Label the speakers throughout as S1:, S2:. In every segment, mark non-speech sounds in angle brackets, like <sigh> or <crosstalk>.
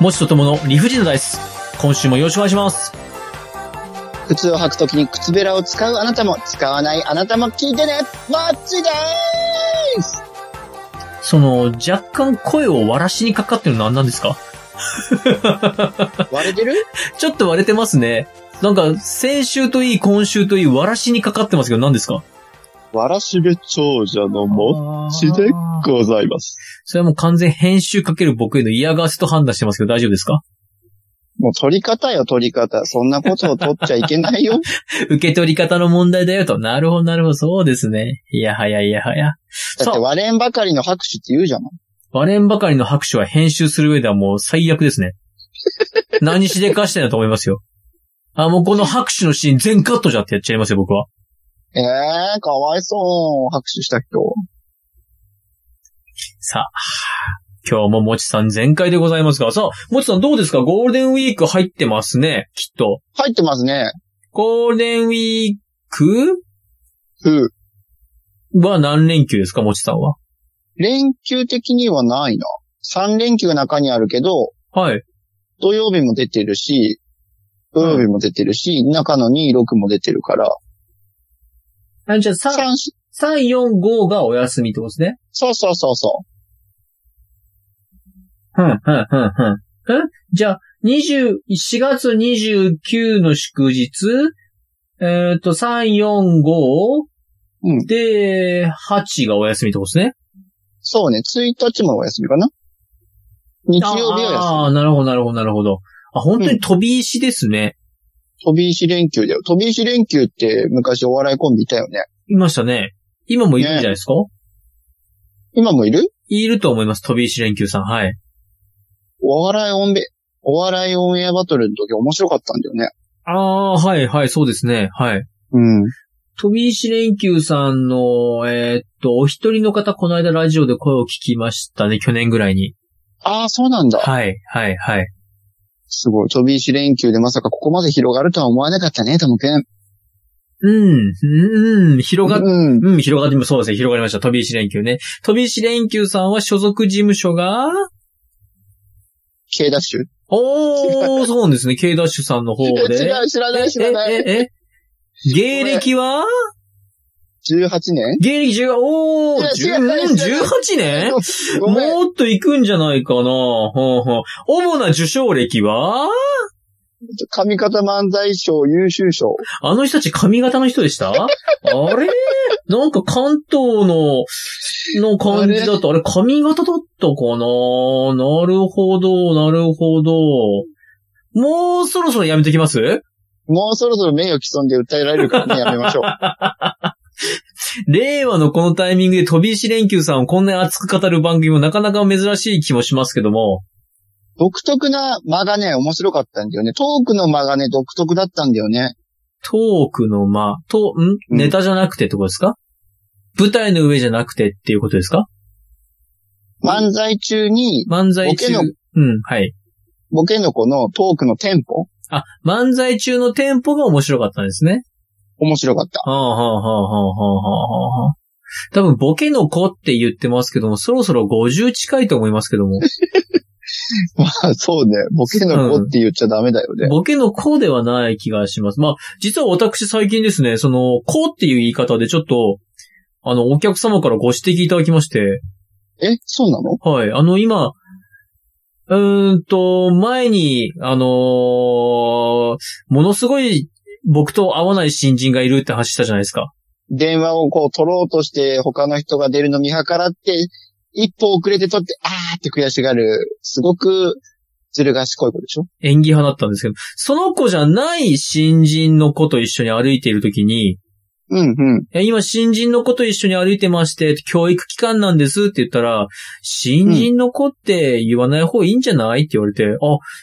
S1: もちとともの理不尽なダイス。今週もよろしくお願いします。
S2: 靴を履くときに靴べらを使うあなたも、使わないあなたも聞いてねマッチでーす
S1: その、若干声を割らしにかかってるのは何なんですか
S2: 割れて <laughs> る
S1: ちょっと割れてますね。なんか、先週といい、今週といい、割らしにかかってますけど何ですか
S2: わらしべ長者の
S1: も
S2: ちでございます。
S1: それはもう完全編集かける僕への嫌がらせと判断してますけど大丈夫ですか
S2: もう取り方よ、取り方。そんなことを取っちゃいけない <laughs> よ。
S1: 受け取り方の問題だよと。なるほど、なるほど、そうですね。いやはや、いやはや。
S2: だっ
S1: さ
S2: て
S1: あ
S2: 割れんばかりの拍手って言うじゃん。
S1: 割れんばかりの拍手は編集する上ではもう最悪ですね。何しでかしてんだと思いますよ。あ、もうこの拍手のシーン全カットじゃんってやっちゃいますよ、僕は。
S2: えー、かわいそう。拍手した人。
S1: さあ、今日ももちさん全開でございますが、さあ、もちさんどうですかゴールデンウィーク入ってますね、きっと。
S2: 入ってますね。
S1: ゴールデンウィーク
S2: ふう。
S1: は何連休ですか、もちさんは。
S2: 連休的にはないな。3連休中にあるけど、
S1: はい。
S2: 土曜日も出てるし、土曜日も出てるし、中の2、6も出てるから、
S1: あじゃあ、さ
S2: 3、
S1: 3、4、5がお休みってことですね。
S2: そうそうそうそ
S1: うん、うん、うん、うん。えじゃあ、20、4月29の祝日、えっ、と、3、4、5、
S2: うん
S1: で、8がお休みってことですね。
S2: う。そうね、1日もお休みかな日曜日は休み。
S1: ああ、なるほど、なるほど、なるほど。あ、本当に飛び石ですね。
S2: 飛び石連休だよ。飛び石連休って昔お笑いコンビいたよね。
S1: いましたね。今もいるんじゃないですか、
S2: 今もいる
S1: いると思います、飛び石連休さん。はい。
S2: お笑いオンベ、お笑いオンエアバトルの時面白かったんだよね。
S1: ああ、はい、はい、そうですね。はい。
S2: うん。
S1: 飛び石連休さんの、えーっと、お一人の方、この間ラジオで声を聞きましたね、去年ぐらいに。
S2: ああ、そうなんだ。
S1: はい、はい、はい。
S2: すごい。飛び石連休でまさかここまで広がるとは思わなかったね、ともけん。
S1: うん、うん、広がっ、
S2: うん。
S1: うん、広がって、そうですね、広がりました。飛び石連休ね。飛び石連休さんは所属事務所が、
S2: K ダッシュ。
S1: おー、そうなんですね、K ダッシュさんの方
S2: 違
S1: で。
S2: う、 <laughs> 知らない、知らな
S1: え
S2: い。、
S1: え、え、芸歴は
S2: 18年
S1: 芸歴10、おー、
S2: いや違う違う
S1: 10 18年
S2: <laughs> ごめん。
S1: もっと行くんじゃないかなほうほう。主な受賞歴は
S2: 上方漫才賞優秀賞。
S1: あの人たち髪型の人でしたあれなんか関東の、の感じだと、あれ髪型だったかななるほど、なるほど。もうそろそろやめてきます
S2: もうそろそろ名誉毀損で訴えられるからね、やめましょう。
S1: 令和のこのタイミングで飛び石連休さんをこんなに熱く語る番組もなかなか珍しい気もしますけども。
S2: 独特な間がね、面白かったんだよね。トークの間がね、独特だったんだよね。
S1: トークの間、と、ん
S2: うん
S1: ネタじゃなくてってことですか、舞台の上じゃなくてっていうことですか
S2: 漫才中に、
S1: 漫才中
S2: ボケの。
S1: うん、はい。
S2: ボケの子のトークのテンポ
S1: あ、漫才中のテンポが面白かったんですね。
S2: 面白かった。
S1: はあはあはあはあはあはあはあ。多分、ボケの子って言ってますけども、そろそろ50近いと思いますけども、
S2: まあ、 <laughs> そうね。ボケの子って言っちゃダメだよね。
S1: ボケの子ではない気がします。まあ、実は私最近ですね、その、子っていう言い方でちょっと、あの、お客様からご指摘いただきまして、
S2: え、そうなの
S1: はい。あの、今、うーんと、前に、あのーものすごい僕と合わない新人がいるって話したじゃないですか。
S2: 電話をこう取ろうとして、他の人が出るの見計らって、一歩遅れて取って、あーって悔しがる、すごく、ずる賢い子でしょ
S1: 演技派だったんですけど、その子じゃない新人の子と一緒に歩いているときに、
S2: うんうん。
S1: え今新人の子と一緒に歩いてまして、教育機関なんですって言ったら、新人の子って言わない方がいいんじゃないって言われて、あ、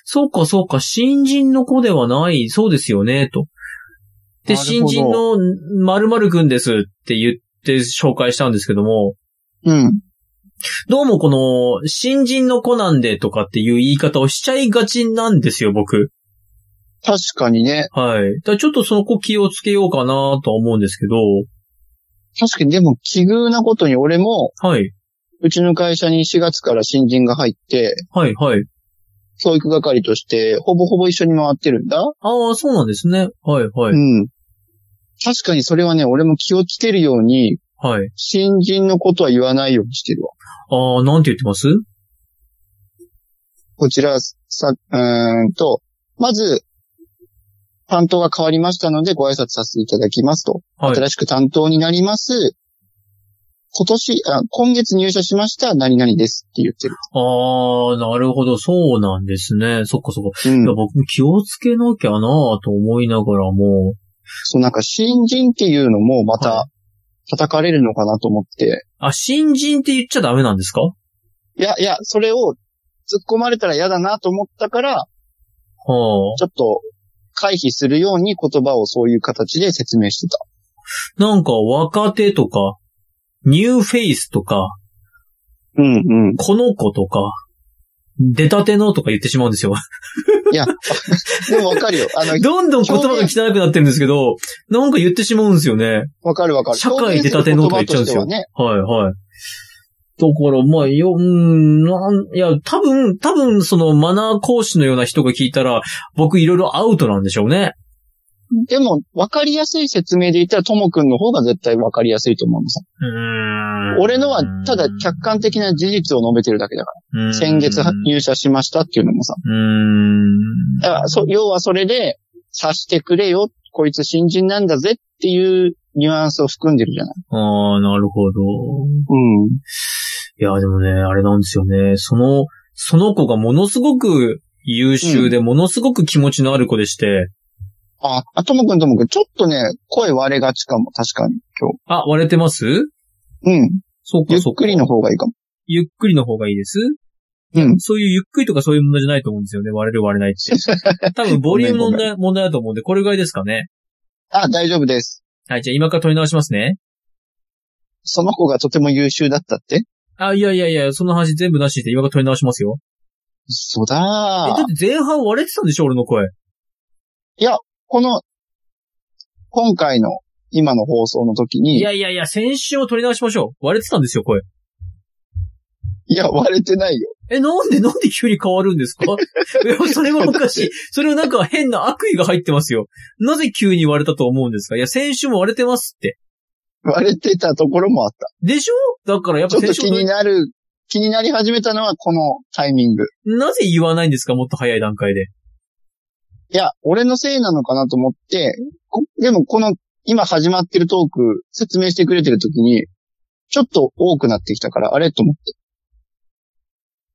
S1: そうかそうか、新人の子ではない、そうですよね、と。で、
S2: なる
S1: 新
S2: ほど
S1: 人の〇〇くんですって言って紹介したんですけども、
S2: うん。
S1: どうもこの、新人の子なんでとかっていう言い方をしちゃいがちなんですよ、僕。
S2: 確かにね。
S1: はい。だからちょっとその子気をつけようかなとは思うんですけど、
S2: 確かに、でも奇遇なことに俺も、
S1: はい、
S2: うちの会社に4月から新人が入って、
S1: はい、はい。
S2: 教育係として、ほぼほぼ一緒に回ってるんだ。
S1: ああ、そうなんですね。はい、は
S2: う
S1: い、
S2: ん。確かにそれはね、俺も気をつけるように、
S1: はい。
S2: 新人のことは言わないようにしてるわ。
S1: ああ、なんて言ってます
S2: こちら、さ、うーんと、まず、担当が変わりましたのでご挨拶させていただきますと。
S1: はい。
S2: 新しく担当になります。今年、あ、今月入社しました、何々ですって言ってる。
S1: ああ、なるほど、そうなんですね。そっかそっか。
S2: うん
S1: いや、僕も気をつけなきゃなぁと思いながらも、
S2: そう、なんか新人っていうのもま
S1: は
S2: た叩かれるのかなと思って。
S1: あ、新人って言っちゃダメなんですか
S2: いや、いや、それを突っ込まれたら嫌だなと思ったから、
S1: はあ。
S2: ちょっと回避するように言葉をそういう形で説明してた。
S1: なんか若手とか、ニューフェイスとか、
S2: うんうん。
S1: この子とか、出たてのとか言ってしまうんですよ。
S2: いや、でもわかるよ。あの、
S1: どんどん言葉が汚くなってるんですけど、なんか言ってしまうんですよね。
S2: わかるわかる。
S1: 社会出たてのとか言っちゃうんですよ
S2: 表現る
S1: はいはい。だから、まあ、よ、うーん、なん、いや、多分、多分、その、マナー講師のような人が聞いたら、僕いろいろアウトなんでしょうね。
S2: 言葉としてはね。でも、わかりやすい説明で言ったら、ともくんの方が絶対わかりやすいと思うんですよ。
S1: うーん
S2: 俺のは、ただ客観的な事実を述べてるだけだか
S1: うーん
S2: ら。先月
S1: う
S2: 入社しましたっていうのもさ。
S1: ーん。
S2: だからそ要はそれで、察してくれよ、こいつ新人なんだぜっていうニュアンスを含んでるじゃない。
S1: ああ、なるほど。
S2: うん。
S1: いや、でもね、あれなんですよね。その、その子がものすごく優秀で、ものすごく気持ちのある子でして、
S2: あ、あともくんともくん、ちょっとね、声割れがちかも、確かに、今
S1: あ、割れてます
S2: 日。うん。
S1: そうか、
S2: ゆっ
S1: そうか。
S2: くりの。方がいいかも。
S1: ゆっくりの方がいいです。
S2: うん。
S1: そういうゆっくりとかそういう問題じゃないと思うんですよね。割れる割れない
S2: <laughs>
S1: って。多分、ボリュームの問題、問題だと思うんで、これぐらいですかね。
S2: あ、大丈夫です。
S1: はい、じゃあ今から取り直しますね。
S2: その子がとても優秀だったって
S1: あ、いやいやいや、その話全部なしで今から取り直しますよ。
S2: そう
S1: え、
S2: だ
S1: だ
S2: ー
S1: っ。て前半割れてたんでしょ、俺の声。
S2: この、今回の、今の放送の時に、
S1: い
S2: いや、
S1: やいやいや、先週を取り直しましょう。割れてたんですよ、声。
S2: 割れてないよ。
S1: え、なんで、なんで急に変わるんです
S2: <laughs>
S1: かいや、それはおかしい。それはなんか変な悪意が入ってますよ。なぜ急に割れたと思うんですかいや、先週も割れてますって。
S2: 割れてたところもあった。
S1: でしょだからやっ
S2: ち
S1: ぱ
S2: ょっと
S1: 先週
S2: 気に
S1: な
S2: なる、気になり始めたのはこのタイミング。
S1: なぜ言わないんですかもっと早い段階で。
S2: いや、俺のせいなのかなと思って、こでもこの、今始まってるトーク、説明してくれてる時に、ちょっと多くなってきたから、あれと思って。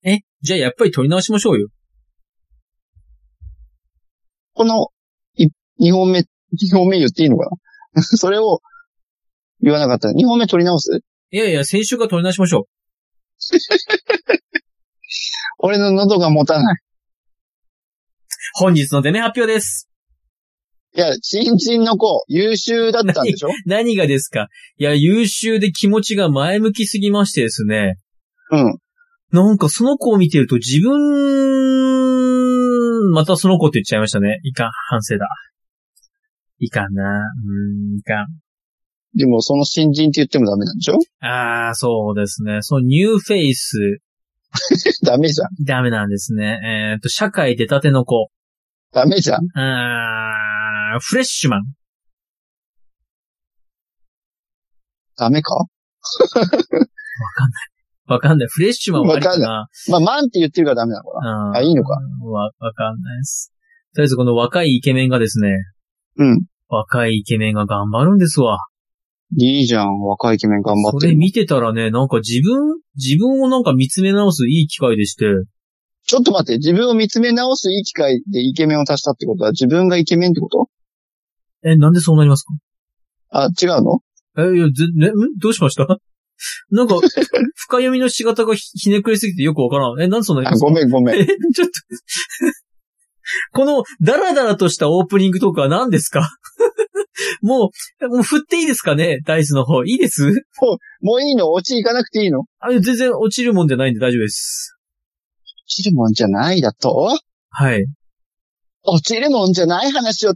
S1: えじゃあやっぱり取り直しましょうよ。
S2: この、い二本目、二本目言っていいのかな <laughs> それを、言わなかった。二本目取り直す
S1: いやいや、先週から取り直しましょ
S2: 俺の喉が持たない。
S1: う。本日の出目発表です。
S2: いや、新人の子、優秀だったんでしょ
S1: 何がですかいや、優秀で気持ちが前向きすぎましてですね。
S2: うん。
S1: なんかその子を見てると自分、またその子って言っちゃいましたね。いかん、反省だ。いかんな。うーん、いかん。
S2: でも、その新人って言ってもダメなんでしょ <laughs>
S1: あー、そうですね。そのニューフェイス、
S2: ダメじゃん。
S1: ダメなんですね。えっ、と、社会出たての子。
S2: ダメじゃん。
S1: あー、フレッシュマン。
S2: ダメか
S1: わかんない。フレッシュマンはありかな。
S2: まあ、マンって言ってるからダメなのか
S1: あ
S2: な。あ、いいのか。
S1: ーわ、わかんないです。とりあえずこの若いイケメンがですね、
S2: うん。
S1: 若いイケメンが頑張るんですわ。
S2: いいじゃん。若いイケメン頑張って
S1: それ
S2: る。
S1: 見てたらね、なんか自分、自分をなんか見つめ直すいい機会でして、
S2: ちょっと待って、自分を見つめ直すいい機会でイケメンを足したってことは、自分がイケメンってこと
S1: え、なんでそうなりますか
S2: あ、違うの
S1: え、いや、ぜ、ね、んどうしました <laughs> なんか、深読みの仕方がひひねくれすぎてよくわからん。え、なんでそうなり
S2: あ、
S1: ますか
S2: ごめんごめん。
S1: え、ちょっと。この、ダラダラとしたオープニングトークは何ですか <laughs> もう、もう振っていいですかねダイスの方。いいです
S2: もういいの落ち行かなくていいの
S1: あ全然落ちるもんじゃないんで大丈夫です。
S2: 落ちるもんじゃないだと
S1: はい。
S2: 落ちるもんじゃない話を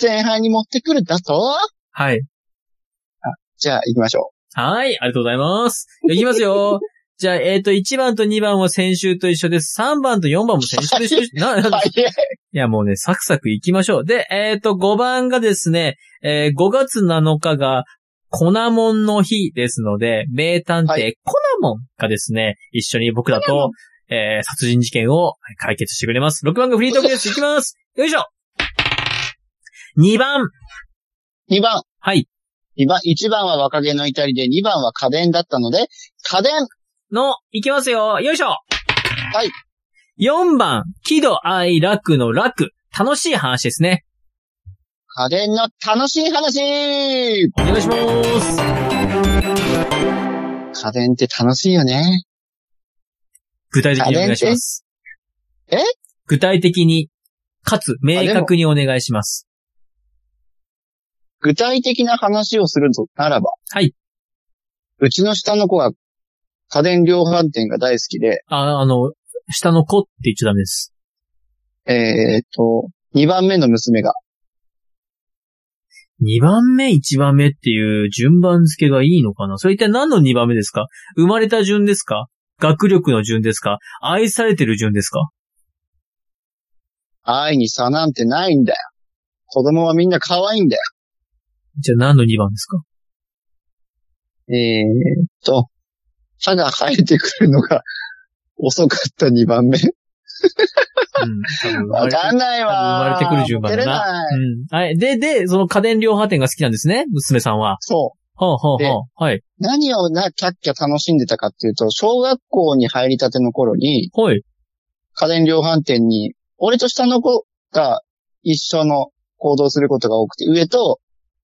S2: 前半に持ってくるだと
S1: はい。
S2: じゃあ、行きましょ
S1: <laughs>
S2: う。
S1: はい、ありがとうございます。いやいきますよ。じゃあ、えっ、と、1番と2番は先週と一緒です。3番と4番も先週と <laughs> 一緒です。な、な、
S2: はい。
S1: いや、もうね、サクサク行きましょう。で、えっ、と、5番がですね、えー5月7日が、粉もんの日ですので、名探
S2: は
S1: 偵コナモンがですね、一緒に僕ら
S2: コナモ
S1: と、えー殺人事件を解決してくれます。6番がフリートークです。行きます。よいしょ !2 番。
S2: 2番。
S1: はい。
S2: 2番、1番は若気の至りで、2番は家電だったので、家電。
S1: の、行きますよ。よいしょはい4番、喜怒哀楽の楽。楽しい話ですね。
S2: 家電の楽しい話
S1: お願いします。
S2: 家電って楽しいよね。
S1: 具体的にお願いします。
S2: 家電って
S1: 具体的に、かつ、明確にお願いします。
S2: 具体的な話をするとならば。
S1: はい。
S2: うちの下の子は家電量販店が大好きで、
S1: あ、あの、下の子って言っちゃダメです。
S2: えーっと、2番目の娘が、
S1: 2番目、1番目っていう順番付けがいいのかなそれ一体何の2番目ですか生まれた順ですか学力の順ですか愛されてる順ですか
S2: 愛に差なんてないんだよ。子供はみんな可愛いんだよ。
S1: じゃあ何の2番です <laughs> か
S2: えーっと、歯が生えてくるのが <laughs> 遅かった2番目。
S1: うん多分生ま
S2: わ
S1: れて。
S2: かんないわ。
S1: 生まれてくる順番だな
S2: 照れ
S1: う
S2: い
S1: ん。はい。で、で、その家電量販店が好きなんですね娘さんは。
S2: そう。
S1: はあ、はあ、はあ。はい。
S2: 何をな、キャッキャ楽しんでたかっていうと、小学校に入りたての頃に、
S1: はい。
S2: 家電量販店に、俺と下の子が一緒の行動することが多くて、上と、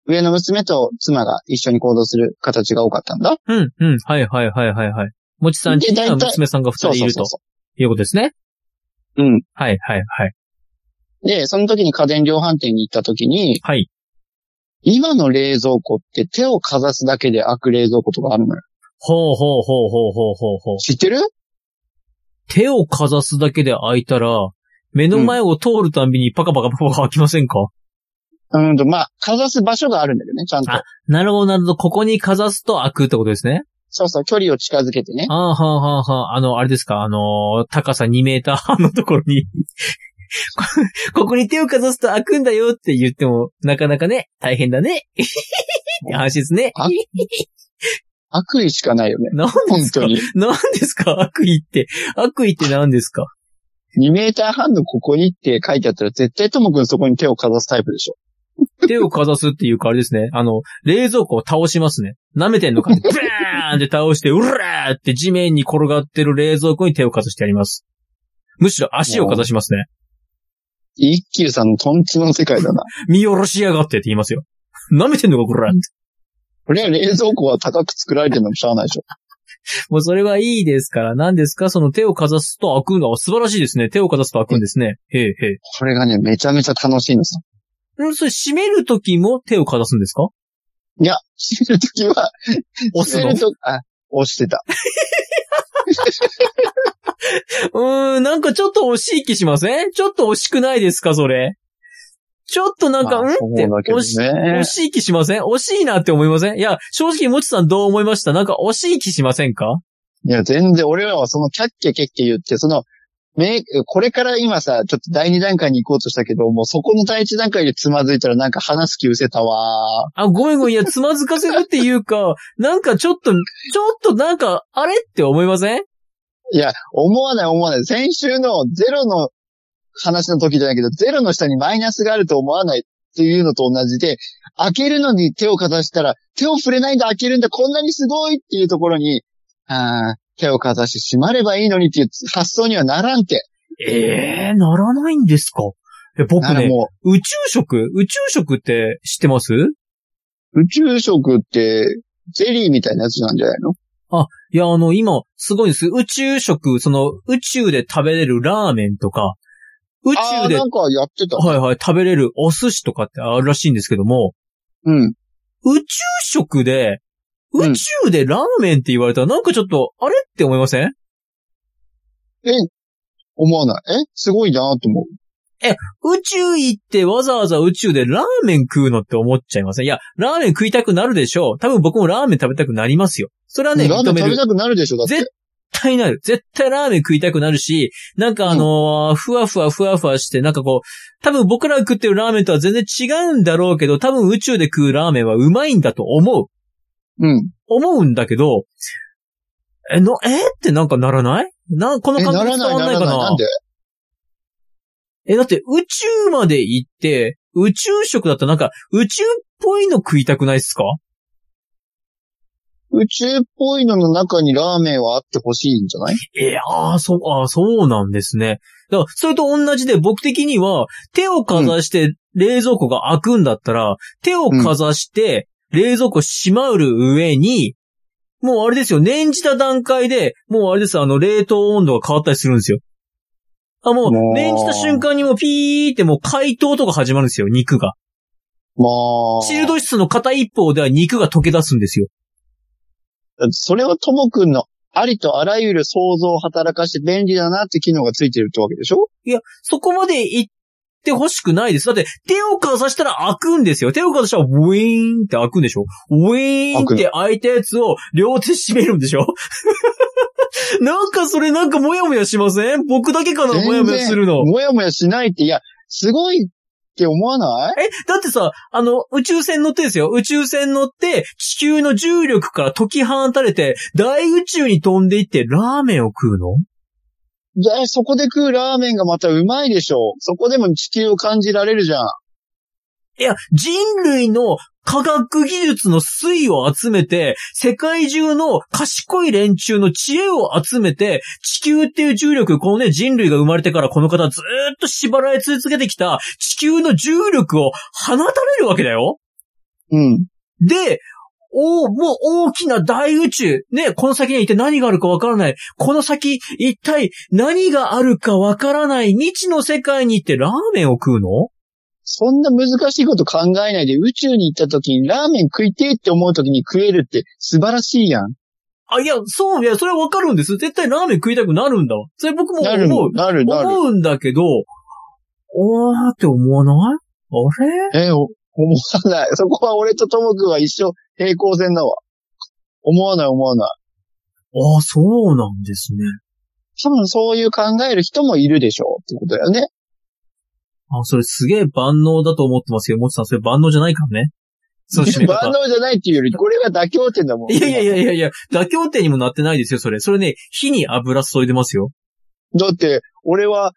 S2: 上の娘と妻が一緒に行動する形が多かったんだ。
S1: うん、うん。はい、はい、はい、はい、はい。もちさんちには
S2: で大体
S1: 娘さんが二人
S2: そう
S1: い
S2: そう
S1: る
S2: そ
S1: と
S2: う。そ
S1: いうことですね。
S2: う。うん。
S1: はい、はい、はい。
S2: で、その時に家電量販店に行った時に、
S1: はい。
S2: 今の冷蔵庫って手をかざすだけで開く冷蔵庫とかあるのよ。
S1: ほうほうほうほうほうほうほう。
S2: 知ってる
S1: 手をかざすだけで開いたら、目の前を通るたんびにパカパカパカパカ開きませんか、
S2: うんと、まあ、かざす場所があるんだよね、ちゃんと
S1: あ。なるほど、なるほど。ここにかざすと開くってことですね。
S2: そうそう、距離を近づけてね。
S1: <laughs> ああ、はあ、はあ、はあ。あの、あれですか、あのー高さ2メーター半のところに、 <laughs> ここに手をかざすと開くんだよって言っても、なかなかね、大変だ
S2: <laughs>
S1: ね。って話ですね。
S2: あ悪意しかないよね。
S1: 何で
S2: 本
S1: すか
S2: 当に。
S1: 何ですか悪意って。悪意って何ですか
S2: 2メーター半のここにって書いてあったら絶対ともくんそこに手をかざすタイプでしょ。
S1: 手をかざすっていうか、あれですね。あの、冷蔵庫を倒しますね。舐めてんの
S2: <laughs>
S1: かって、ブーンって倒して、うらーって地面に転がってる冷蔵庫に手をかざしてやります。むしろ足をかざしますね。
S2: 一休さんのトンチの世界だな。
S1: 見下ろしやがってって言いますよ。舐めてんのか、こらって。
S2: これは冷蔵庫は高く作られてるのもしゃあないでしょ。
S1: もうそれはいいですから、何ですかその手をかざすと開くのは素晴らしいですね。手をかざすと開くんですね。へえへえ。
S2: これがね、めちゃめちゃ楽しいんです
S1: うん、それ閉めるときも手をかざすんですか
S2: よ。いや、閉めるときは、
S1: 押す
S2: 閉
S1: の
S2: めるとあ、押してた。
S1: うーん、なんかちょっと惜しい気しませんちょっと惜しくないですか、それ。ちょっとなんか、
S2: まあ
S1: うんっ
S2: そう
S1: て、
S2: だけど
S1: 惜し
S2: ね
S1: 惜。しい気しません惜しいなって思いませんいや、正直、もちさんどう思いましたなんか惜しい気しませんか
S2: いや、全然俺らはそのキャッキャキャッキャ言って、その、め、これから今さ、ちょっと第二段階に行こうとしたけど、もうそこの第一段階でつまずいたらなんか話す気失せたわ
S1: あ、ごめんごめん、いや、つまずかせるっていうか、 <laughs> なんかちょっと、ちょっとなんか、あれって思いません
S2: いや、思わない思わない。先週のゼロの話の時じゃないけど、ゼロの下にマイナスがあると思わないっていうのと同じで、開けるのに手をかざしたら、手を触れないんだ、開けるんだ、こんなにすごいっていうところに、あー手をかざしてしまればいいのにっていう発想にはならんて。
S1: ええー、ならないんですかえ、僕
S2: なら
S1: ね、
S2: も
S1: 宇宙食宇宙食って知ってます
S2: う、宇宙食って、ゼリーみたいなやつなんじゃないの
S1: いや、あの、今、すごいんです。宇宙食、その、宇宙で食べれるラーメンとか、宇
S2: あ
S1: 宙
S2: あー、
S1: で、
S2: な
S1: は
S2: んかやってた。
S1: いはい、食べれるお寿司とかってあるらしいんですけども、
S2: うん。
S1: 宇宙食で、
S2: うん
S1: 宇宙でラーメンって言われたら、なんかちょっと、あれって思いません
S2: 思わない。えすごいなと思う。
S1: 宇宙行ってわざわざ宇宙でラーメン食うのって思っちゃいませんいや、ラーメン食いたくなるでしょう。多分僕もラーメン食べたくなりますよ。それはね、
S2: ラーメ
S1: 認
S2: ン
S1: め
S2: 食べ
S1: る。
S2: たくなるでしょ、だって。
S1: 絶対なる。絶対ラーメン食いたくなるし、なんかあのーふわふわふわふわして、なんかこう、多分僕らが食ってるラーメンとは全然違うんだろうけど、多分宇宙で食うラーメンはうまいんだと思う。
S2: うん。
S1: 思うんだけど、え、の、えってなんかならないな、この
S2: え、
S1: 感
S2: な
S1: 覚
S2: ら
S1: 伝
S2: ない、
S1: わん
S2: な
S1: ない
S2: ら
S1: か
S2: ない。
S1: な
S2: なんで
S1: え、だって宇宙まで行って、宇宙食だったらなんか宇宙っぽいの食いたくないっすか
S2: 宇宙っぽいのの中にラーメンはあってほしいんじゃない
S1: えー、ああ、そう、ああ、そうなんですね。だから、それと同じで僕的には、手をかざして冷蔵庫が開くんだったら、手をかざして冷蔵庫閉まる上に、もうあれですよ、念じた段階で、もうあれです、あの、冷凍温度が変わったりするんですよ。あ、も
S2: も
S1: う、
S2: う
S1: 念じた瞬間にもうピーってもう解凍とか始まるんですよ、肉が。
S2: まあ。
S1: チルド室の片一方では肉が溶け出すんですよ。
S2: それはともくんのありとあらゆる想像を働かして便利だなって機能がついてるってわけでしょ
S1: いや、そこまで行ってほしくないです。だって、手をかざしたら開くんですよ。手をかざしたら、ウィーンって開くんでしょウィーンって開いたやつを両手閉めるんでしょなんかそれなんかモヤモヤしません僕だけかなモヤモヤするの。
S2: もやもやしないって、いや、すごいって思わない
S1: え、だってさ、あの、宇宙船乗ってですよ。宇宙船乗って、地球の重力から解き放たれて、大宇宙に飛んでいって、ラーメンを食うの
S2: でそこで食うラーメンがまたうまいでしょそこでも地球を感じられるじゃん。
S1: いや、人類の科学技術の粋を集めて、世界中の賢い連中の知恵を集めて、地球っていう重力、このね、人類が生まれてからこの方ずーっと縛られ続けてきた地球の重力を放たれるわけだよ。
S2: うん。
S1: で、おーもう大きな大宇宙。ね、この先には一体何があるかわからない。この先、一体何があるかわからない未知の世界に行ってラーメンを食うの
S2: そんな難しいこと考えないで宇宙に行った時にラーメン食いてえって思う時に食えるって素晴らしいやん。
S1: あ、いや、そう、いや、それはわかるんです。絶対ラーメン食いたくなるんだわ。それ僕も
S2: なる
S1: 思う、。
S2: なる、なる。
S1: 思うんだけど、おーって思わないあれ
S2: え、お思わない。そこは俺とともくんは一緒平行線だわ。思わない思わない。
S1: ああ、そうなんですね。
S2: 多分そういう考える人もいるでしょうってことだよね。
S1: あ、それすげえ万能だと思ってますよ。もちさん、それ万能じゃないからね。その締め
S2: <laughs> 万
S1: 方。
S2: 能じゃないっていうより、これが妥協点だもん。
S1: いやいやいやいやいや、妥協点にもなってないですよ、それ。それね、火に油注いでますよ。
S2: だって、俺は、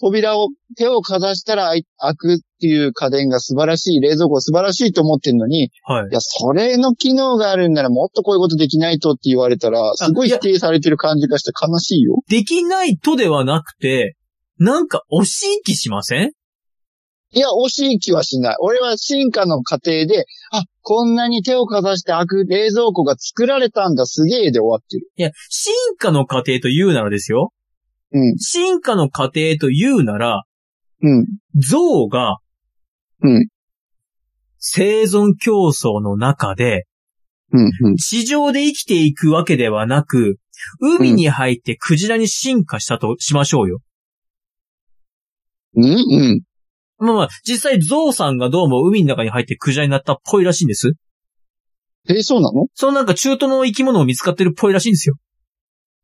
S2: 扉を、手をかざしたら開い開くっていう家電が素晴らしい、冷蔵庫素晴らしいと思ってんのに、い
S1: はい。
S2: や、それの機能があるんならもっとこういうことできないとって言われたら、すごい
S1: いや
S2: 否定されてる感じがして悲しいよ。
S1: できないとではなくて、なんか惜しい気しません
S2: いや、惜しい気はしない。俺は進化の過程で、あ、こんなに手をかざして開く冷蔵庫が作られたんだ、すげえで終わってる。
S1: いや、進化の過程というならですよ。
S2: うん、
S1: 進化の過程というなら、
S2: うん、
S1: 象が
S2: うん、
S1: 生存競争の中で、
S2: うん、うん。
S1: 地上で生きていくわけではなく、海に入ってクジラに進化したとしましょうよ。
S2: うんうん。
S1: まあまあ、実際象さんがどうも海の中に入ってクジラになったっぽいらしいんです。
S2: え、そうなの
S1: そのなんか中東の生き物を見つかってるっぽいらしいんですよ。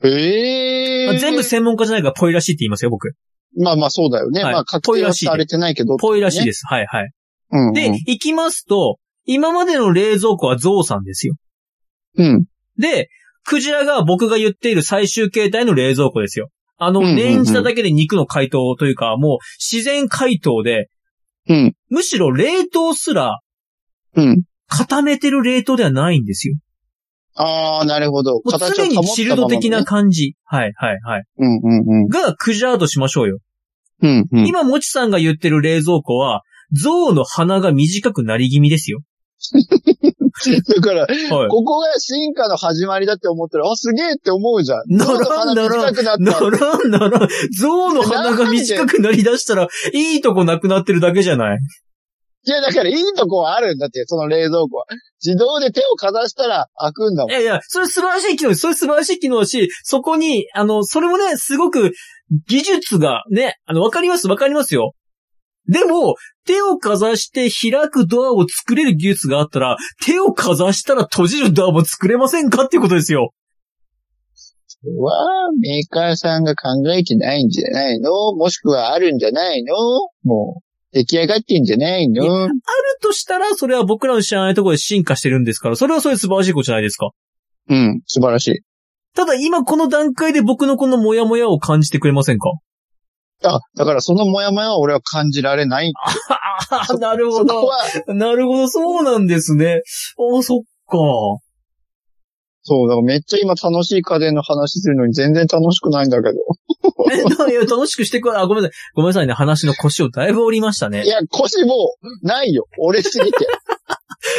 S2: ええ
S1: まあ全部専門家じゃないからぽいらしいって言いますよ、僕。
S2: まあまあそうだよね。
S1: はい
S2: まあ確定はされてないけど。
S1: ぽいらしい
S2: ね
S1: です。はいはい。
S2: うんうん。
S1: で、行きますと、今までの冷蔵庫は象さんですよ。
S2: うん。
S1: で、クジラが僕が言っている最終形態の冷蔵庫ですよ。あの、
S2: うんうんうん
S1: 念じただけで肉の解凍というか、もう自然解凍で、
S2: うん。
S1: むしろ冷凍すら
S2: うん。
S1: 固めてる冷凍ではないんですよ。
S2: ああ、なるほど。
S1: もう常
S2: 形を保ったまま、
S1: に
S2: ね。
S1: チルド的な。感じ。はい、はい、はい。
S2: うんうんうん。
S1: がクジラだとしましょうよ。
S2: うんうん。
S1: 今、もちさんが言ってる冷蔵庫は、象の鼻が短くなり気味ですよ。
S2: だから、
S1: はい。
S2: ここが進化の始まりだって思ったら、あ、すげえって思うじゃん。
S1: ならん
S2: どんどん鼻
S1: ならん
S2: 短くなっ
S1: な
S2: た。
S1: らんならん、象の鼻が短くなりだしたら、いいとこなくなってるだけじゃない。
S2: いや、だからいいとこはあるんだって、その冷蔵庫は。自動で手をかざしたら開くんだもん
S1: い。やいや、それ素晴らしい機能です。それ素晴らしい機能だし、そこに、あの、それもね、すごく技術がね、あの、わかります、わかりますよ。でも、手をかざして開くドアを作れる技術があったら、手をかざしたら閉じるドアも作れませんかっていうことですよ。
S2: れは、メーカーさんが考えてないんじゃないのもしくはあるんじゃないのもう、出来上がってんじゃない
S1: い
S2: の
S1: としたら、それは僕らの知らないところで進化してるんですから、それはそれ素晴らしいことじゃないですか。
S2: うん、素晴らしい。
S1: ただ今この段階で僕のこのモヤモヤを感じてくれませんか
S2: あ、だからそのモヤモヤは俺は感じられない。
S1: ああ、なる
S2: そこ。は、
S1: なるほど、そうなんですね。ああ、そっか。
S2: そう、だからめっちゃ今楽しい家電の話するのに全然楽しくないんだけど。
S1: <laughs> え、いや楽しくしてくれ、あ、ごめんなさい。ごめんなさいね、話の腰をだいぶ折りましたね
S2: い。や、腰もう、ないよ。折れすぎ <laughs> て。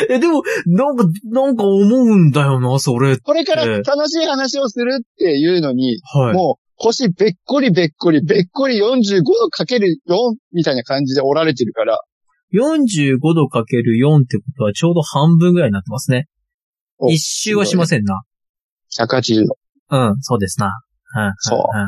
S1: え、でも、なんか、なんか思うんだよな、それ。
S2: これから
S1: ええ
S2: 楽しい話をするっていうのに、
S1: はい。
S2: もう腰べっこりべっこりべっこり45度かける4みたいな感じで折られてるから、
S1: 45度かける4ってことはちょうど半分ぐらいになってますね。
S2: お
S1: 一周はしませんな。
S2: 180度。
S1: うん、そうですな。うん、
S2: そう
S1: うんうん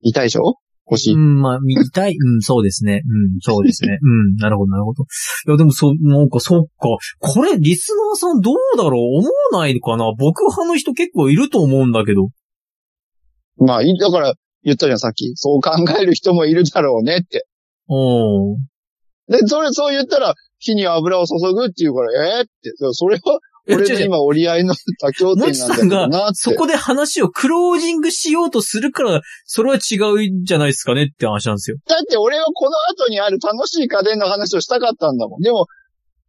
S2: 痛いでしょ腰。
S1: うん、まあ、見たい。うん、そうですね。うん、そうです
S2: <laughs>
S1: ね。うん、なるほど、なるほど。いや、でも、そう、なんか、そっか。これ、リスナーさんどうだろう思わないかな僕派の人結構いると思うんだけど。
S2: まあ、いだから言ったじゃん、さっき。そう考える人もいるだろうねって。
S1: おー
S2: で、それ、そう言ったら、火に油を注ぐっていうから、えー、って。それは、
S1: え違
S2: 俺
S1: う
S2: の
S1: 違う
S2: 今折り合いの妥協点なんだろうなって。
S1: そこで話をクロージングしようとするから、それは違うんじゃないですかねって話なんですよ。
S2: だって俺はこの後にある楽しい家電の話をしたかったんだもん。でも、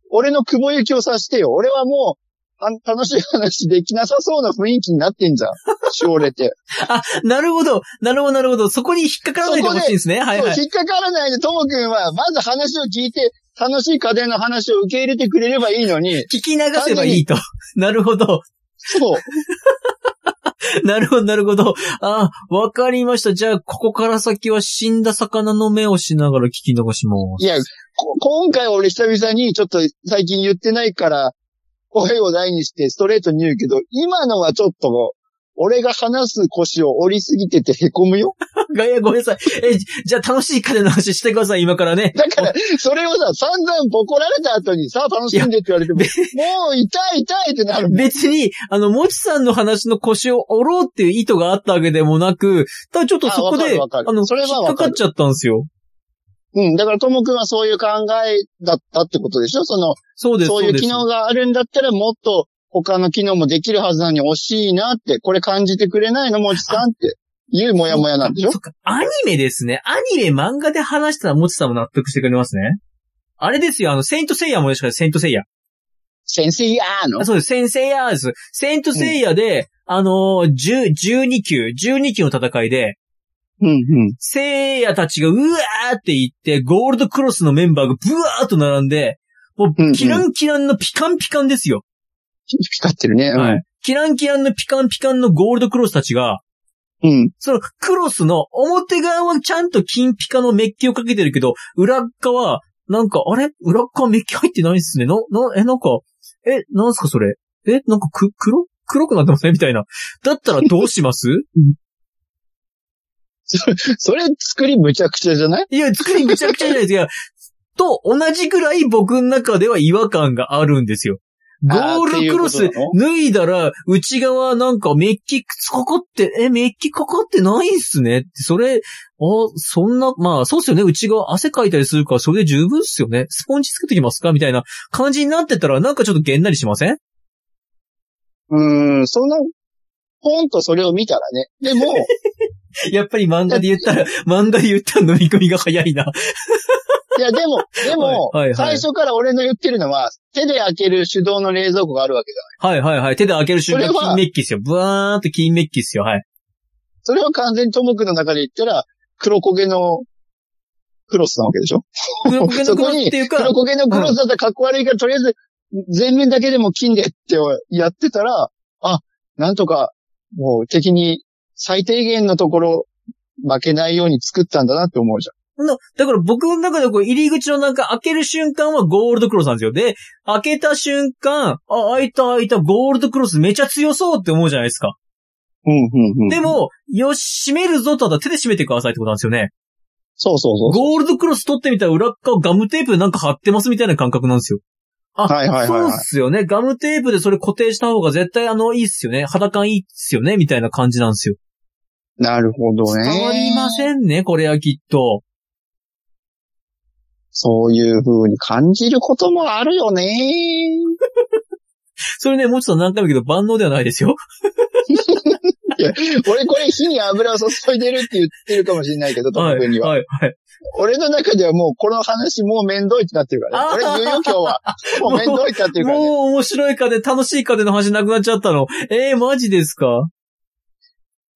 S2: 俺の雲行きを察してよ。俺はもう、あ楽しい話できなさそうな雰囲気になってんじ
S1: <laughs>
S2: ゃん。しおれて。
S1: なるほど。なるほど、なるほど。そこに引っかからないでほしいんですね。はいはい
S2: そう。引っかからないで、ともくんは、まず話を聞いて、楽しい家電の話を受け入れてくれればいいのに、
S1: 聞き流せばいいと。なるほど。
S2: そう。
S1: なるほど、なるほど。あ、わかりました。じゃあ、ここから先は死んだ魚の目をしながら聞き流します。
S2: いや、こ今回俺久々にちょっと最近言ってないから、声を大にしてストレートに言うけど、今のはちょっと、俺が話す腰を折りすぎてて凹むよ。
S1: いや、ごめんなさい。え、じじゃあ楽しい金の話してください、今からね。
S2: だから、それをさ、散々ボコられた後に、さあ楽しんでって言われても、もう痛い痛いってなる。
S1: 別に、あの、もちさんの話の腰を折ろうっていう意図があったわけでもなく、ただちょっとそこで、
S2: あわかるわかる
S1: あの、引
S2: それは
S1: っ
S2: わ
S1: か
S2: か
S1: か
S2: る
S1: っちゃったんですよ。
S2: うん、だからともくんはそういう考えだったってことでしょその、
S1: そうです、
S2: そう
S1: そ
S2: いうう
S1: です
S2: 機。能があるんだったら、もっと他の機能もできるはずなのに惜しいなって、これ感じてくれないの、もちさんっていうモヤモヤなんでしょ
S1: そっか、アニメですね。アニメ漫画で話したらもちさんも納得してくれますね。あれですよ、あの、セイントセイヤもしかしてセイントセイヤ。
S2: 先生やーの
S1: あそうです、センセイヤーです。セイントセイヤで、あのー、10 12級、12級の戦いで、
S2: うんうん。
S1: セイヤたちがうわーって言って、ゴールドクロスのメンバーがブワーっと並んで、も
S2: うんう
S1: う、
S2: ん
S1: キランキランのピカンピカンですよ。
S2: 光ってるね。うん。
S1: はい。キランキランのピカンピカンのゴールドクロスたちが、
S2: うん。
S1: そのクロスの表側はちゃんと金ピカのメッキをかけてるけど、裏っ側、なんか、あれ裏っ側メッキ入ってないっすね。な、な、え、なんか、え、なんすかそれえ、なんかく、黒黒くなってませんみたいな。だったらどうします
S2: <laughs> それ作りむちゃくちゃじゃない
S1: いや、作りぐちゃぐちゃじゃないですか。と同じぐらい僕の中では違和感があるんですよ。ゴ
S2: あー
S1: ールクロ
S2: ってい
S1: ス
S2: うことなの
S1: 脱いだら、内側なんかメッキかかって、え、メッキかかってないんすねって、それ、あ、そんな、まあ、そうっすよね。内側汗かいたりするから、それで十分っすよね。スポンジつけてきますかみたいな感じになってたら、なんかちょっとげんなりしません <laughs>
S2: うーん、その、ポンとそれを見たらね。でも、
S1: やっぱり漫画で言
S2: <laughs>
S1: ったら、漫画で言ったら飲み込みが早いな。
S2: いや、でも、でも
S1: <laughs> はいはいは、い
S2: 最初から俺の言ってるのは、手で開ける手動の冷蔵庫があるわけだ。
S1: はいはいはい。手で開ける瞬間、
S2: それは
S1: 金メッキっすよ。ブワーンと金メッキっすよ。
S2: <laughs>
S1: はい。
S2: それは完全にトモクの中で言ったら、黒焦げのクロスなわけでしょ
S1: 黒焦げの
S2: そこ
S1: 黒っ
S2: に、
S1: ていう
S2: 黒
S1: か、
S2: 焦げのクロスだったらかっこ悪いから、とりあえず、全面だけでも金でってやってたら、あ、なんとか、もう敵に最低限のところ、負けないように作ったんだなって思うじゃん。
S1: の、だから僕の中でこう入り口の中開ける瞬間はゴールドクロスなんですよ。で、開けた瞬間、あ、開いた開いた、ゴールドクロスめちゃ強そうって思うじゃないですか。
S2: うん、うん、うん。
S1: で、も、よし、閉めるぞ、ただ手で閉めてくださいってことなんですよね。
S2: そうそうそう。
S1: ゴールドクロス取ってみたら裏っ側ガムテープでなんか貼ってますみたいな感覚なんですよ。あ、
S2: はいはいはい
S1: そ
S2: はいう
S1: っすよね。ガムテープでそれ固定した方が絶対あの、いいっすよね。肌感いいっすよね。みたいな感じなんですよ。
S2: なるほどね。
S1: 伝わりませんね、これはきっと。
S2: そういう風に感じることもあるよね。
S1: それね、もうちょっと何回も言うけど万能ではないですよ。
S2: 俺これ火に油を注いでるって言ってるかもしれないけど、ト
S1: は
S2: ム
S1: い。
S2: 君には。
S1: はい。はい。
S2: 俺の中ではもうこの話もうめんどいってなってるからね。
S1: あー
S2: 俺言うよ今日
S1: <laughs>
S2: は。もうめんどいってなってるからね。
S1: もう面白いかで楽しいかでの話なくなっちゃったの。えー、マジですか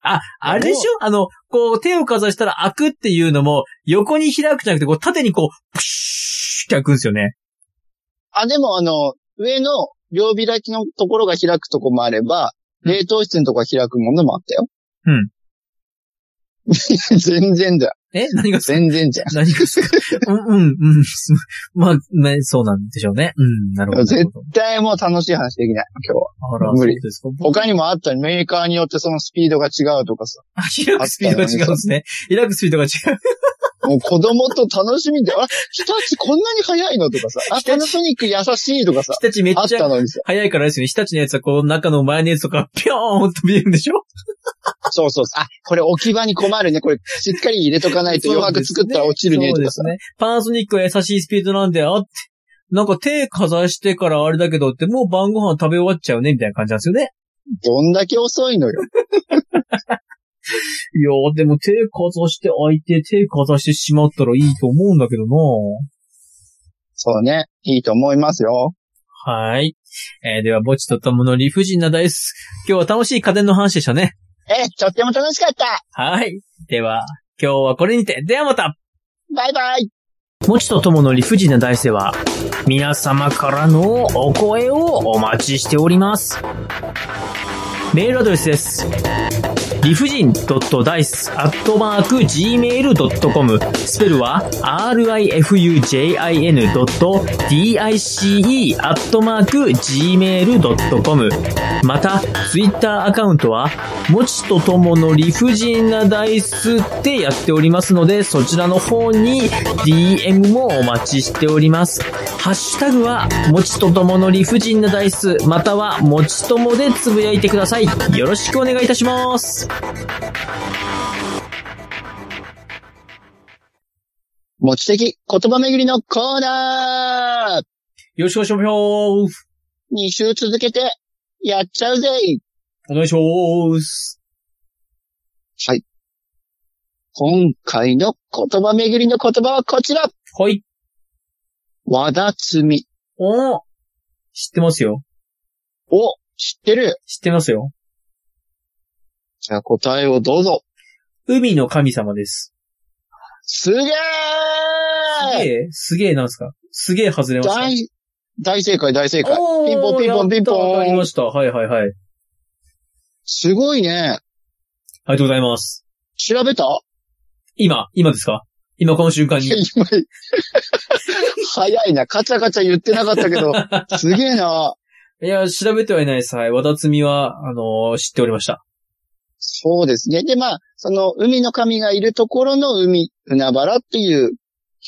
S1: あ、あれでしょあの、こう、手をかざしたら開くっていうのも、横に開くじゃなくて、こう、縦にこう、プシューって開くんですよね。
S2: あ、でもあの、上の両開きのところが開くとこもあれば、
S1: うん
S2: 冷凍室のとこが開くものもあったよ。
S1: うん。
S2: <laughs> 全然だ。
S1: え何が
S2: 全然じゃん。
S1: 何がですか
S2: <laughs>
S1: うん、うん、うん。すまあ、ね、そうなんでしょうね。うん、なるほど。なるほど
S2: 絶対もう楽しい話できない、今日は。
S1: あら、そ
S2: 無
S1: う
S2: 理
S1: ですか。僕 <laughs>
S2: 他にもあったよメーカーによってそのスピードが違うとかさ。
S1: あ開くスピードが違うんですね。開くスピードが違う。
S2: もう子供と楽しみで、あ、日立こんなに速いのとかさ。あ、パナソニック優しいとかさ。
S1: 日立めっ
S2: あっ
S1: ちゃ
S2: たのにさ。
S1: 早いからあれですよね。日立のやつはこう、中のマヨネーズとか、ぴょーんと見えるんでしょ
S2: そうそうそう。あ、これ置き場に困るね。これしっかり入れとかないと余白作ったら落ちるね
S1: そう
S2: と
S1: で
S2: か
S1: す
S2: さ。
S1: ね。パナソニックは優しいスピードなんで、あって、なんか手かざしてからあれだけどって、もう晩ご飯食べ終わっちゃうね、みたいな感じなんですよね。
S2: どんだけ遅いのよ。
S1: いやー、でも手かざして開いて、手かざしてしまったらいいと思うんだけどな
S2: そうね。いいと思いますよ。
S1: はい。えーでは、ぼちとともの理不尽なダイス。今日は楽しい家電の話でしたね。
S2: え、とっても楽しかった
S1: はい。では、今日はこれにて、ではまた
S2: バイバイ
S1: もちとともの理不尽な大世は、皆様からのお声をお待ちしております。メールアドレスです。理不尽 .dice.gmail.com スペルは rifujin.dice.gmail.com また、ツイッターアカウントは、もちとともの理不尽なダイスってやっておりますので、そちらの方に DM もお待ちしております。ハッシュタグは、もちとともの理不尽なダイス、または、もちともでつぶやいてください。よろしくお願いいたします。
S2: 持ち的言葉巡りのコーナー
S1: よろしくお願いします。
S2: !2 週続けて、やっちゃうぜ
S1: お願いします。
S2: 今回の言葉巡りの言葉はこちら
S1: はい。
S2: わだつみ。
S1: お知ってますよ。
S2: お、知ってる
S1: 知ってますよ。
S2: じゃあ答えをどうぞ。
S1: 海の神様です。
S2: すげー
S1: すげえすげえなんですかすげえ外れました。
S2: 大、大正解、大正解。
S1: おー
S2: ピンポンピンポンピン
S1: やったわか
S2: ポ
S1: りま
S2: ン。
S1: した。はいはいはい。
S2: すごいね。
S1: ありがとうございます。
S2: 調べた
S1: 今、今ですか今この瞬間に。
S2: 今 <laughs> 早いな。カチャカチャ言ってなかった
S1: <laughs>
S2: けど、すげえな。
S1: いや、調べてはいないです。はい。わだつみは、あのー知っておりました。
S2: そうですね。で、まあ、その、海の神がいるところの海、海原っていう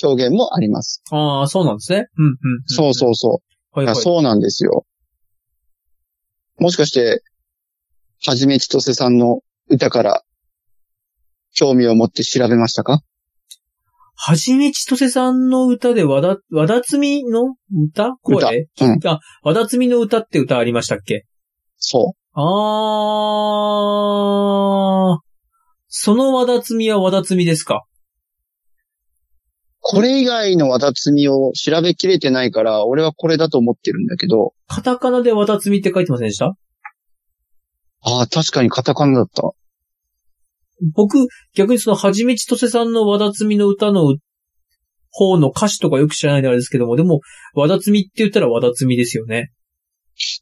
S2: 表現もあります。
S1: ああ、そうなんですね。うん、うん。
S2: そうそうそ
S1: うん。はい
S2: う。い
S1: は
S2: や
S1: い。
S2: そうなんですよ。もしかして、はじめちとせさんの歌から、興味を持って調べましたか
S1: はじめちとせさんの歌でわだ、わだつみの歌
S2: 歌
S1: 声
S2: うん
S1: あ、わだつみの歌って歌ありましたっけ
S2: そう。
S1: あー。そのわだつみはわだつみですか
S2: これ以外のわだつみを調べきれてないから、俺はこれだと思ってるんだけど、
S1: カタカナでわだつみって書いてませんでした
S2: ああ、確かにカタカナだった。
S1: 僕、逆にその、はじめちとせさんのわだつみの歌の方の歌詞とかよく知らないんであれですけども、でも、わだつみって言ったらわだつみですよね。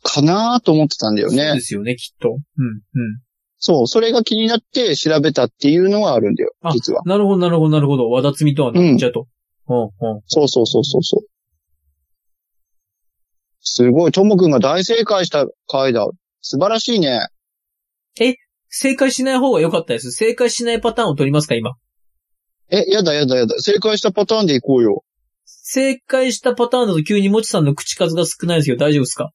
S2: かなーと思ってたんだよ
S1: そうで
S2: ね。
S1: すよね、きっと。うん、うん。
S2: そう、それが気になって調べたっていうのがあるんだよ
S1: あ、
S2: 実は。
S1: なるほど、なるほど、なるほど。わだつみとはなんじゃと。うん、うん。
S2: そうそうそうそうそう。すごい、ともくんが大正解した回だ。素晴らしいね。
S1: 正解しない方が良かったです。正解しないパターンを取りますか、今。
S2: え、やだやだやだ。正解したパターンでいこうよ。
S1: 正解したパターンだと急にもちさんの口数が少ないですけど大丈夫ですか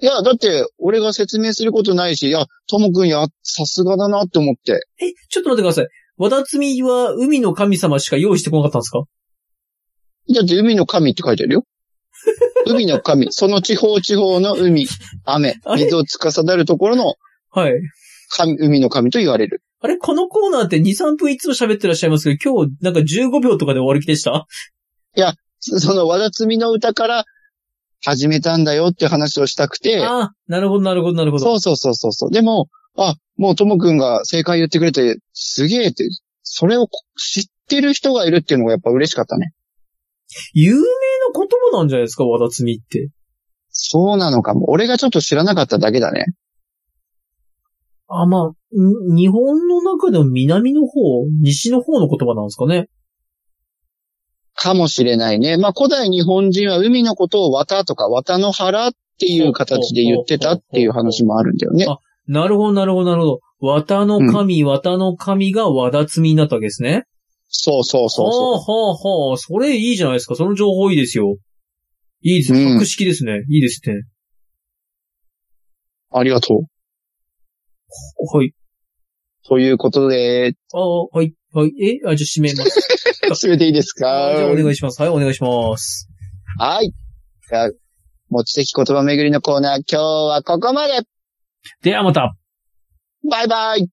S2: いや、だって、俺が説明することないし、いや、ともくんや、さすがだなって思って。
S1: え、ちょっと待ってください。和田摘みは海の神様しか用意してこなかったんですか
S2: だって、海の神って書いてあ
S1: <laughs>
S2: るよ。海の神。その地方地方の海、雨
S1: あ、れ
S2: 水を司るところの
S1: はい。
S2: 神、海の神と言われる。
S1: あれこのコーナーって2、3分いつも喋ってらっしゃいますけど、今日なんか15秒とかで終わる気でした
S2: そその、わだつみの歌から始めたんだよって話をしたくて、
S1: ああ、なるほど、なるほど、なるほど。
S2: そうそうそうそうそう。でも、あ、もうともくんが正解言ってくれて、すげえって、それをこ知ってる人がいるっていうのがやっぱ嬉しかったね。
S1: 有名な言葉なんじゃないですか和田摘みって。
S2: そうなのかも。俺がちょっと知らなかっただけだね。
S1: あ、まあ、ん日本の中でも南の方、西の方の言葉なんですかね。
S2: かもしれないね。まあ、古代日本人は海のことを綿とか綿の原っていう形で言ってたっていう話もあるんだよね。
S1: なるほど、なるほど、なるほど。綿の神、綿の神が和田摘みになったわけですね。
S2: そうそうそう
S1: は
S2: そ
S1: あ、はあ、はあ。それいいじゃないですか。その情報いいですよ。いいです。
S2: うん
S1: 格式ですね。いいですね。
S2: う。ありがとう。
S1: はい。
S2: ということで、 <laughs>
S1: ああ、はい。はい。えあ、じゃあ締めます。
S2: 締めていいですか
S1: あーじゃあお願いします。はい、お願いします。
S2: はい。じゃあ、持ち的言葉巡りのコーナー、今日はここまで
S1: ではまた
S2: バイバイ